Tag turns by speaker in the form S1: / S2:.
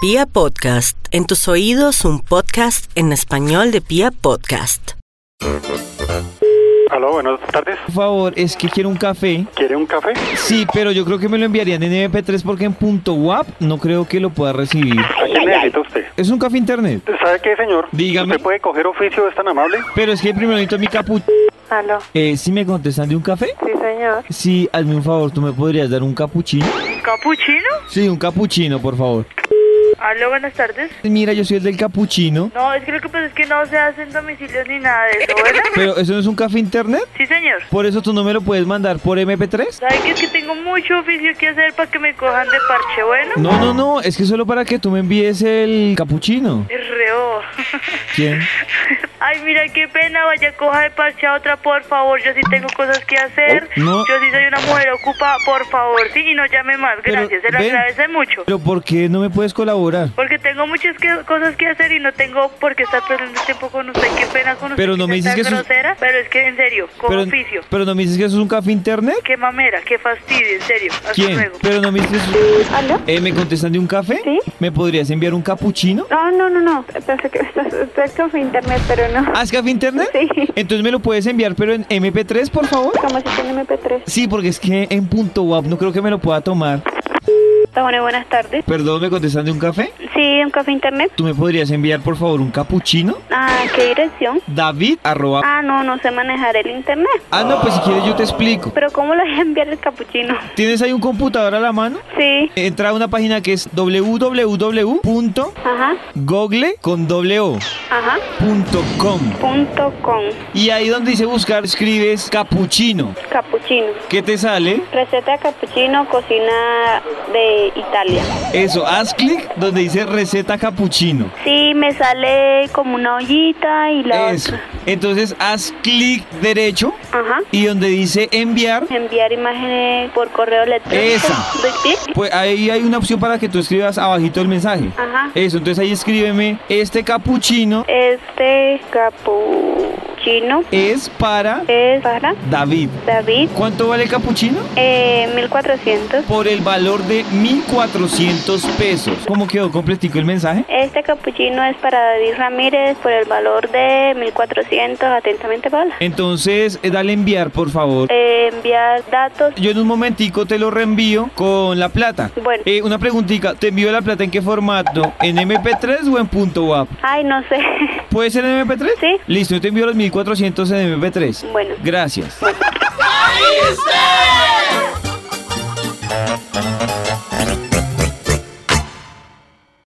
S1: Pia Podcast, en tus oídos un podcast en español de Pia Podcast.
S2: Aló, buenas tardes.
S3: Por favor, es que quiero un café.
S2: ¿Quiere un café?
S3: Sí, pero yo creo que me lo enviarían en MP3 porque en punto .wap no creo que lo pueda recibir.
S2: ¿A quién necesita usted?
S3: Es un café internet.
S2: ¿Sabe qué, señor?
S3: Dígame.
S2: ¿Usted puede coger oficio? ¿Es tan amable?
S3: Pero es que primero necesito mi capu...
S4: Aló,
S3: Eh, ¿sí me contestan de un café?
S4: sí señor.
S3: Sí, hazme un favor, ¿tú me podrías dar un capuchino?
S4: ¿Capuchino?
S3: Sí, un capuchino, por favor.
S4: Aló, buenas tardes.
S3: Mira, yo soy el del capuchino.
S4: No, es que lo que pasa es que no se hacen domicilios ni nada de eso, ¿verdad?
S3: Pero eso no es un café internet.
S4: Sí señor.
S3: Por eso tú no me lo puedes mandar por MP3.
S4: ¿Sabe que es que tengo mucho oficio que hacer para que me cojan de parche, bueno?
S3: No, no, no, es que solo para que tú me envíes el capuchino.
S4: Es reo.
S3: ¿Quién?
S4: Ay, mira qué pena, vaya coja de parche a otra, por favor. Yo sí tengo cosas que hacer.
S3: Oh, No.
S4: Yo sí soy una mujer ocupada, por favor. Sí, y no llame más,
S3: Pero,
S4: gracias. Se lo
S3: ven.
S4: agradece mucho.
S3: Pero ¿por qué no me puedes colaborar?
S4: Porque tengo muchas que- cosas que hacer y no tengo por qué estar perdiendo tiempo con usted. Qué pena con usted.
S3: Pero no me dices
S4: tan
S3: que sus-
S4: grosera, Pero es que en serio, con
S3: Pero,
S4: oficio.
S3: pero no me dices que eso es un café internet.
S4: Qué mamera, qué fastidio, en serio. Hasta
S3: ¿Quién?
S4: luego.
S3: Pero no me dices. que eso-
S5: ¿Aló?
S3: Eh, ¿Me contestan de un café?
S5: Sí.
S3: ¿Me podrías enviar un capuchino?
S5: Ah, no, no, no. Pensé que estás, estás con internet, pero no.
S3: ¿Haz Ah, café internet?
S5: Sí.
S3: Entonces me lo puedes enviar, pero en MP3, por favor.
S5: Como si tiene MP3.
S3: Sí, porque es que en punto web no creo que me lo pueda tomar.
S5: Bueno, buenas tardes.
S3: Perdón, ¿me contestan de un café?
S5: Sí, un café internet.
S3: ¿Tú me podrías enviar, por favor, un capuchino?
S5: Ah, ¿qué dirección?
S3: David, arroba...
S5: Ah, no, no sé manejar el internet.
S3: Ah, no, pues si quieres yo te explico.
S5: Pero ¿cómo lo voy a enviar el capuchino?
S3: ¿Tienes ahí un computador a la mano?
S5: Sí.
S3: Entra a una página que es www.google
S5: Ajá,
S3: con doble o
S5: ajá.
S3: punto com.
S5: Punto com.
S3: Y ahí donde dice buscar, escribes capuchino.
S5: Capuchino.
S3: ¿Qué te sale?
S5: Receta de capuchino, cocina de Italia.
S3: Eso, haz clic donde dice receta capuchino.
S5: Sí, me sale como una ollita y la
S3: Eso.
S5: otra.
S3: Entonces haz clic derecho
S5: Ajá.
S3: y donde dice enviar,
S5: Enviar imágenes por correo electrónico.
S3: Esa.
S5: Doy clic.
S3: pues ahí hay una opción para que tú escribas abajito el mensaje.
S5: Ajá.
S3: Eso, entonces ahí escríbeme, este capuchino
S5: Este capuchino
S3: es para
S5: es para
S3: David.
S5: David,
S3: ¿Cuánto vale el capuchino?
S5: eh, 1400.
S3: Por el valor de 1.400 pesos. ¿Cómo quedó completico el mensaje?
S5: Este capuchino es para David Ramírez por el valor de 1400. Atentamente, Paula.
S3: Entonces, eh, dale enviar, por favor.
S5: Eh, enviar datos.
S3: Yo en un momentico te lo reenvío con la plata.
S5: Bueno.
S3: Eh, una preguntita, ¿te envío la plata en qué formato? ¿En MP3 o en punto .wap?
S5: Ay, no sé.
S3: ¿Puede ser en MP3?
S5: Sí.
S3: Listo, yo te envío los 1400 en MP3.
S5: Bueno.
S3: Gracias.